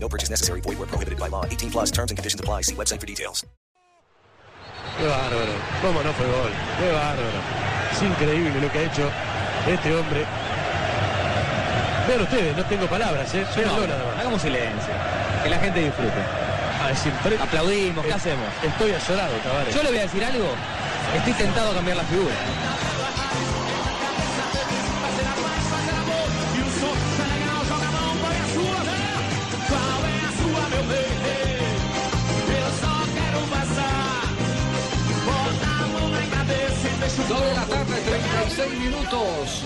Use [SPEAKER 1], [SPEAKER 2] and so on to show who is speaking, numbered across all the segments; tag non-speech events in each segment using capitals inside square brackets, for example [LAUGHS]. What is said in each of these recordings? [SPEAKER 1] No purchase necessary. Void where prohibited by law. 18 plus terms and conditions apply. See website for details.
[SPEAKER 2] Qué bárbaro. ¿Cómo no fue gol? Qué bárbaro. Es increíble lo que ha hecho este hombre. Vean ustedes, no tengo palabras, ¿eh?
[SPEAKER 3] No,
[SPEAKER 2] Véanlo nada más.
[SPEAKER 3] hagamos silencio. Que la gente disfrute.
[SPEAKER 2] Ah, es impre-
[SPEAKER 3] Aplaudimos, ¿qué
[SPEAKER 2] Eh,
[SPEAKER 3] hacemos?
[SPEAKER 2] Estoy ayorado, Tavares.
[SPEAKER 3] Yo le voy a decir algo. Estoy tentado a cambiar la figura.
[SPEAKER 4] Dos de la tarde, 36 minutos.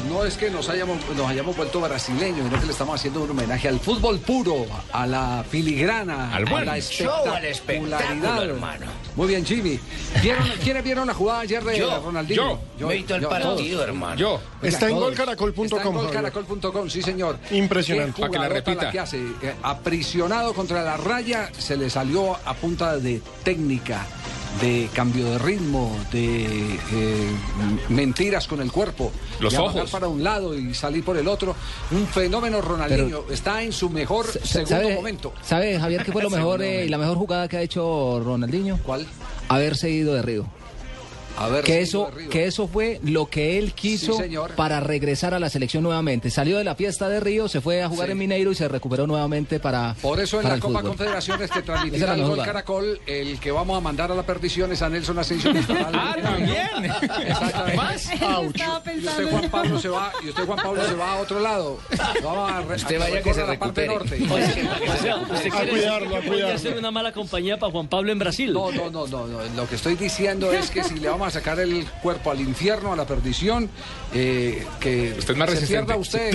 [SPEAKER 4] No es que nos hayamos, nos hayamos vuelto brasileños, sino que le estamos haciendo un homenaje al fútbol puro, a la filigrana,
[SPEAKER 5] Al
[SPEAKER 4] a
[SPEAKER 5] buen
[SPEAKER 4] la
[SPEAKER 5] show, al espectáculo, hermano.
[SPEAKER 4] Muy bien, Jimmy. ¿Vieron, ¿Quiénes vieron la jugada ayer de
[SPEAKER 5] Yo,
[SPEAKER 4] Ronaldinho?
[SPEAKER 5] yo, vi todo el partido, hermano.
[SPEAKER 6] Yo.
[SPEAKER 4] Oiga,
[SPEAKER 7] Está en
[SPEAKER 4] todos.
[SPEAKER 7] golcaracol.com,
[SPEAKER 4] Está en
[SPEAKER 7] Javier.
[SPEAKER 4] golcaracol.com, sí, señor.
[SPEAKER 7] Impresionante.
[SPEAKER 4] Qué
[SPEAKER 6] Para que la
[SPEAKER 4] jugadota
[SPEAKER 6] repita.
[SPEAKER 4] que hace. Eh, Aprisionado contra la raya, se le salió a punta de técnica, de cambio de ritmo, de eh, m- mentiras con el cuerpo.
[SPEAKER 6] Los
[SPEAKER 4] de amagar
[SPEAKER 6] ojos.
[SPEAKER 4] para un lado y salir por el otro. Un fenómeno Ronaldinho. Está en su mejor segundo
[SPEAKER 3] ¿Sabe-
[SPEAKER 4] momento.
[SPEAKER 3] ¿Sabe,
[SPEAKER 4] [LAUGHS]
[SPEAKER 3] Javier, qué fue lo mejor eh, y la mejor jugada que ha hecho Ronaldinho?
[SPEAKER 4] ¿Cuál?
[SPEAKER 3] Haberse ido de Río.
[SPEAKER 4] A ver.
[SPEAKER 3] Que
[SPEAKER 4] seguido
[SPEAKER 3] eso,
[SPEAKER 4] de Río.
[SPEAKER 3] que eso fue lo que él quiso
[SPEAKER 4] Sí, señor.
[SPEAKER 3] para regresar a la selección nuevamente. Salió de la fiesta de Río, se fue a jugar
[SPEAKER 4] Sí.
[SPEAKER 3] en Mineiro y se recuperó nuevamente para.
[SPEAKER 4] Por eso en
[SPEAKER 3] para
[SPEAKER 4] la
[SPEAKER 3] el
[SPEAKER 4] Copa
[SPEAKER 3] fútbol.
[SPEAKER 4] Confederaciones que
[SPEAKER 3] Esa
[SPEAKER 4] transmitirá
[SPEAKER 3] era
[SPEAKER 4] el
[SPEAKER 3] la
[SPEAKER 4] gol
[SPEAKER 3] jugada.
[SPEAKER 4] Caracol, el que vamos a mandar a la perdición es a Nelson Asensio.
[SPEAKER 3] [LAUGHS]
[SPEAKER 4] ah, Y usted Juan Pablo se va, y usted Juan Pablo se va a otro lado. Vamos a re- a recorrer la parte norte.
[SPEAKER 7] A cuidarlo, a cuidarlo.
[SPEAKER 8] una mala compañía para Juan Pablo en Brasil.
[SPEAKER 4] No, no, no, no, no. Lo que estoy diciendo es que si le vamos a sacar el cuerpo al infierno, a la perdición, eh, que
[SPEAKER 6] Usted es más
[SPEAKER 4] se pierda usted.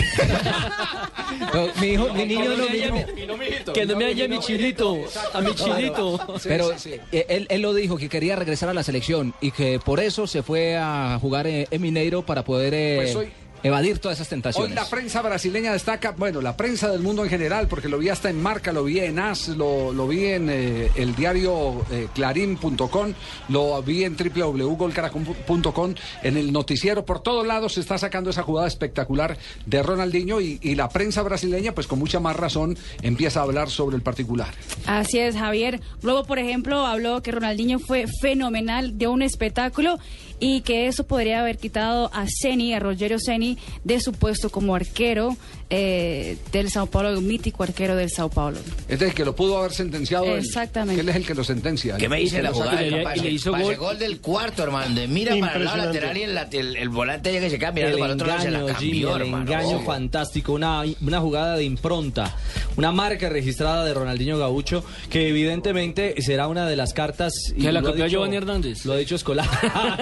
[SPEAKER 3] No, mi hijo, mi niño, no, mi niño.
[SPEAKER 8] que no me haya mi chilito, a mi chilito.
[SPEAKER 4] Sí,
[SPEAKER 3] Pero
[SPEAKER 4] sí, sí.
[SPEAKER 3] eh, Él, él lo dijo, que quería regresar a la selección y que por eso se fue a jugar eh, en, Mineiro para poder eh,
[SPEAKER 4] Pues hoy-
[SPEAKER 3] evadir todas esas
[SPEAKER 4] Hoy
[SPEAKER 3] tentaciones.
[SPEAKER 4] la prensa brasileña destaca, bueno, la prensa del mundo en general, porque lo vi hasta en Marca, lo vi en AS, lo, lo vi en eh, el diario eh, clarín.com, lo vi en www.golcaracol.com, en el noticiero, por todos lados se está sacando esa jugada espectacular de Ronaldinho y, y la prensa brasileña, pues con mucha más razón, empieza a hablar sobre el particular.
[SPEAKER 9] Así es, Javier. Luego, por ejemplo, habló que Ronaldinho fue fenomenal, dio un espectáculo y que eso podría haber quitado a Ceni, a Rogerio Ceni, de su puesto como arquero eh, del Sao Paulo, un mítico arquero del Sao Paulo.
[SPEAKER 4] Es decir, que lo pudo haber sentenciado él.
[SPEAKER 9] Exactamente.
[SPEAKER 4] Él es el que lo sentencia.
[SPEAKER 5] ¿Qué me dice la jugada?
[SPEAKER 8] Y
[SPEAKER 5] de
[SPEAKER 8] le-
[SPEAKER 5] Pase,
[SPEAKER 8] y le hizo
[SPEAKER 5] pase
[SPEAKER 8] gol.
[SPEAKER 5] gol. del cuarto, hermano. De mira para el lado
[SPEAKER 7] Impresionante.
[SPEAKER 5] lateral y el, late- el- el volante ya que se cambia.
[SPEAKER 8] El
[SPEAKER 5] para el otro lado se la
[SPEAKER 8] engaño,
[SPEAKER 5] cambió,
[SPEAKER 8] Jimmy, el
[SPEAKER 5] hermano.
[SPEAKER 8] engaño
[SPEAKER 5] Ojo.
[SPEAKER 8] fantástico, una, una jugada de impronta, una marca registrada de Ronaldinho Gaucho, que evidentemente será una de las cartas...
[SPEAKER 3] Que la
[SPEAKER 8] lo ha
[SPEAKER 3] copió
[SPEAKER 8] dicho-
[SPEAKER 3] Giovanni Hernández.
[SPEAKER 8] Lo ha dicho
[SPEAKER 3] [LAUGHS]
[SPEAKER 8] Escolar.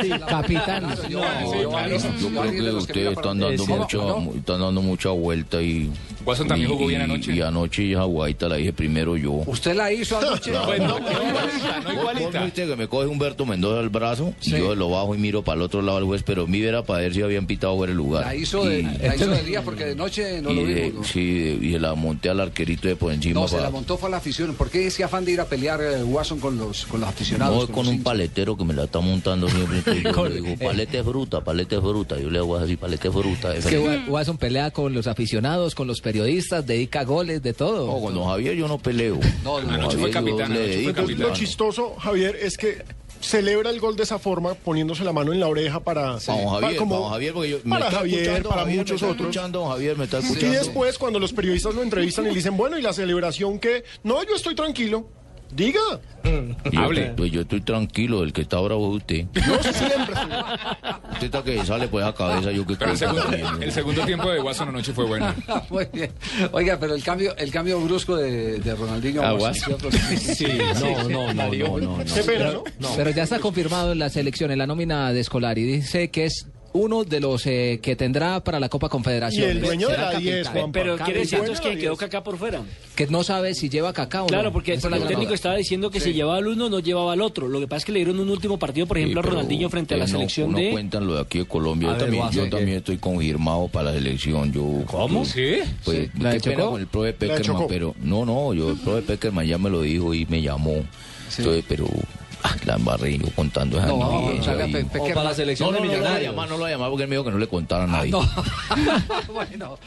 [SPEAKER 8] [LAUGHS]
[SPEAKER 3] Capitán.
[SPEAKER 4] Claro, yo-
[SPEAKER 5] No,
[SPEAKER 4] yo-
[SPEAKER 5] claro,
[SPEAKER 4] yo-
[SPEAKER 5] yo
[SPEAKER 4] yo- alguien de los que mira para-
[SPEAKER 8] dando
[SPEAKER 4] ¿Cómo? ¿No?
[SPEAKER 10] están dando mucha vuelta y.
[SPEAKER 6] Watson también jugó bien anoche.
[SPEAKER 10] Y anoche esa guaita la dije primero
[SPEAKER 6] [LAUGHS]
[SPEAKER 10] yo.
[SPEAKER 4] Usted la hizo anoche.
[SPEAKER 6] Pues no, no igualita, no
[SPEAKER 10] Vos- vos
[SPEAKER 6] igualita.
[SPEAKER 10] viste que me coge Humberto Mendoza al brazo, y yo lo bajo y miro para el otro lado del juez, pero mi era para ver si habían pitado fuera el lugar.
[SPEAKER 4] La hizo, de,
[SPEAKER 10] y,
[SPEAKER 4] la hizo de día porque de noche no
[SPEAKER 10] y
[SPEAKER 4] lo
[SPEAKER 10] de-
[SPEAKER 4] vimos. ¿no?
[SPEAKER 10] sí, de- y se la monté al arquerito de por encima.
[SPEAKER 4] No, se
[SPEAKER 10] para-
[SPEAKER 4] la montó fue a la afición. ¿Por qué ese afán de ir a pelear eh, Watson con los, con los
[SPEAKER 10] No,
[SPEAKER 4] aficionados?
[SPEAKER 10] con
[SPEAKER 4] los
[SPEAKER 10] un
[SPEAKER 4] hinchas?
[SPEAKER 10] paletero que me la está montando siempre. entonces yo
[SPEAKER 3] Con-
[SPEAKER 10] le digo,
[SPEAKER 3] eh.
[SPEAKER 10] palete de fruta, palete de fruta. Yo le hago así, palete de fruta.
[SPEAKER 3] Es que Wa- Watson pelea con los aficionados, con los periodistas, dedica goles, de todo.
[SPEAKER 5] Oh,
[SPEAKER 10] No, con don Javier yo no peleo.
[SPEAKER 4] No, no,
[SPEAKER 10] Con
[SPEAKER 6] anoche fue
[SPEAKER 10] Javier yo
[SPEAKER 6] capitán,
[SPEAKER 10] le
[SPEAKER 6] anoche fue
[SPEAKER 10] dedico.
[SPEAKER 6] capitán.
[SPEAKER 7] Entonces, lo chistoso, Javier, es que celebra el gol de esa forma, poniéndose la mano en la oreja para.
[SPEAKER 10] Vamos
[SPEAKER 7] para-
[SPEAKER 10] Javier,
[SPEAKER 7] como-
[SPEAKER 10] vamos Javier, porque yo, me
[SPEAKER 7] para
[SPEAKER 10] está
[SPEAKER 7] Javier,
[SPEAKER 10] escuchando,
[SPEAKER 7] para
[SPEAKER 10] Javier,
[SPEAKER 7] muchos
[SPEAKER 10] me está
[SPEAKER 7] otros.
[SPEAKER 10] escuchando, don Javier, me está
[SPEAKER 7] Y
[SPEAKER 10] escuchando.
[SPEAKER 4] [LAUGHS]
[SPEAKER 7] después, cuando los periodistas lo entrevistan y le dicen, bueno, ¿y la celebración qué? No, yo estoy tranquilo. Diga,
[SPEAKER 10] Y yo,
[SPEAKER 6] Hable.
[SPEAKER 10] pues, yo estoy tranquilo, el que está bravo es usted.
[SPEAKER 7] yo siempre.
[SPEAKER 10] Usted está que sale por esa cabeza, yo que
[SPEAKER 6] Pero el
[SPEAKER 10] creo que
[SPEAKER 6] segundo,
[SPEAKER 10] está bien.
[SPEAKER 6] el segundo tiempo de Watson anoche fue bueno.
[SPEAKER 4] Ah, Muy bien. Oiga, pero el cambio, el cambio brusco de, de Ronaldinho a
[SPEAKER 10] Ah,
[SPEAKER 4] Watson, ¿cierto? [LAUGHS]
[SPEAKER 8] Sí, no, no,
[SPEAKER 5] [LAUGHS]
[SPEAKER 8] no, no, no, no.
[SPEAKER 7] Qué pena, ¿no?
[SPEAKER 3] Pero ya está confirmado en la selección, en la nómina de Escolar, y dice que es uno de los eh, que tendrá para la Copa Confederación. Será capitán.
[SPEAKER 11] Pero quiere decir entonces que
[SPEAKER 3] Capitán.
[SPEAKER 11] quedó Kaká por fuera.
[SPEAKER 3] que no sabe si lleva Kaká o no.
[SPEAKER 11] Claro, porque,
[SPEAKER 3] Esa es
[SPEAKER 11] porque
[SPEAKER 3] la
[SPEAKER 11] el
[SPEAKER 3] gran
[SPEAKER 11] técnico
[SPEAKER 3] duda.
[SPEAKER 11] estaba diciendo que si llevaba al uno, no llevaba al otro. Lo que pasa es que le dieron un último partido, por ejemplo, a Ronaldinho frente a la
[SPEAKER 10] Ustedes no-
[SPEAKER 11] selección
[SPEAKER 10] no
[SPEAKER 11] de...
[SPEAKER 10] cuentan lo de aquí de Colombia.
[SPEAKER 11] A
[SPEAKER 10] Yo,
[SPEAKER 11] ver,
[SPEAKER 10] también,
[SPEAKER 11] Guaso,
[SPEAKER 10] yo
[SPEAKER 11] ¿qué?
[SPEAKER 10] también estoy confirmado para la selección. Yo, ¿Cómo?
[SPEAKER 6] ¿Sí?
[SPEAKER 10] Pues,
[SPEAKER 6] Sí. ¿La
[SPEAKER 10] qué
[SPEAKER 6] de
[SPEAKER 10] pena
[SPEAKER 6] Chocó?
[SPEAKER 10] con el profe
[SPEAKER 6] ¿La de
[SPEAKER 10] Peckerman,
[SPEAKER 6] Chocó?
[SPEAKER 10] pero... No, no, yo el profe Peckerman ya me lo dijo y me llamó. Entonces, pero... ah, la embarré yo contando esa
[SPEAKER 4] No,
[SPEAKER 10] novia,
[SPEAKER 4] salga
[SPEAKER 10] ahí.
[SPEAKER 4] Pe- O Peckerman. para la selección
[SPEAKER 10] No,
[SPEAKER 4] de
[SPEAKER 10] no, no, no lo voy a
[SPEAKER 4] millonarios.
[SPEAKER 6] Ah,
[SPEAKER 10] llamar, no lo voy a llamar porque él me dijo que no le contara a nadie.
[SPEAKER 4] bueno.